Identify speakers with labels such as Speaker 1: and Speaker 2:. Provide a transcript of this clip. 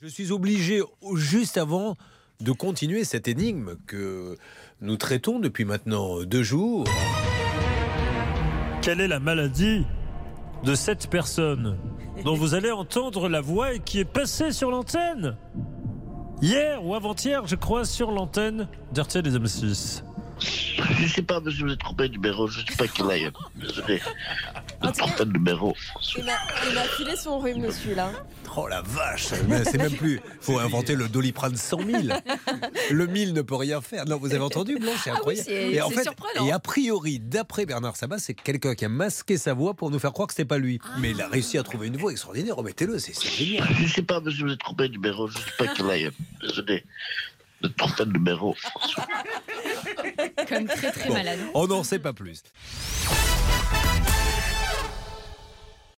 Speaker 1: Je suis obligé, au- juste avant, de continuer cette énigme que nous traitons depuis maintenant deux jours.
Speaker 2: Quelle est la maladie de cette personne dont vous allez entendre la voix et qui est passée sur l'antenne Hier ou avant-hier, je crois, sur l'antenne d'RTL des M6.
Speaker 3: Je sais pas, monsieur, vous êtes trompé de numéro. Je sais pas quel est. Désolé.
Speaker 4: En tout cas,
Speaker 3: Trompé de numéro.
Speaker 4: il a, il a filé son rhume, monsieur, là.
Speaker 1: Oh la vache mais C'est même plus. faut inventer le doliprane 100 000. Le 1000 ne peut rien faire. Non, vous avez entendu, Blanche, c'est incroyable.
Speaker 5: Ah c'est-
Speaker 1: et en
Speaker 5: c'est
Speaker 1: fait,
Speaker 5: surprenant.
Speaker 1: et a priori, d'après Bernard Sabat, c'est quelqu'un qui a masqué sa voix pour nous faire croire que c'était pas lui.
Speaker 5: Ah.
Speaker 1: Mais il a réussi à trouver une voix extraordinaire. Remettez-le, c'est c'est génial.
Speaker 3: Je sais pas, monsieur, vous êtes trompé de numéro. Je sais pas quel est. Désolé. Vous êtes trompé de numéro.
Speaker 5: Comme très très
Speaker 1: Bon,
Speaker 5: malade. hein.
Speaker 1: on n'en sait pas plus.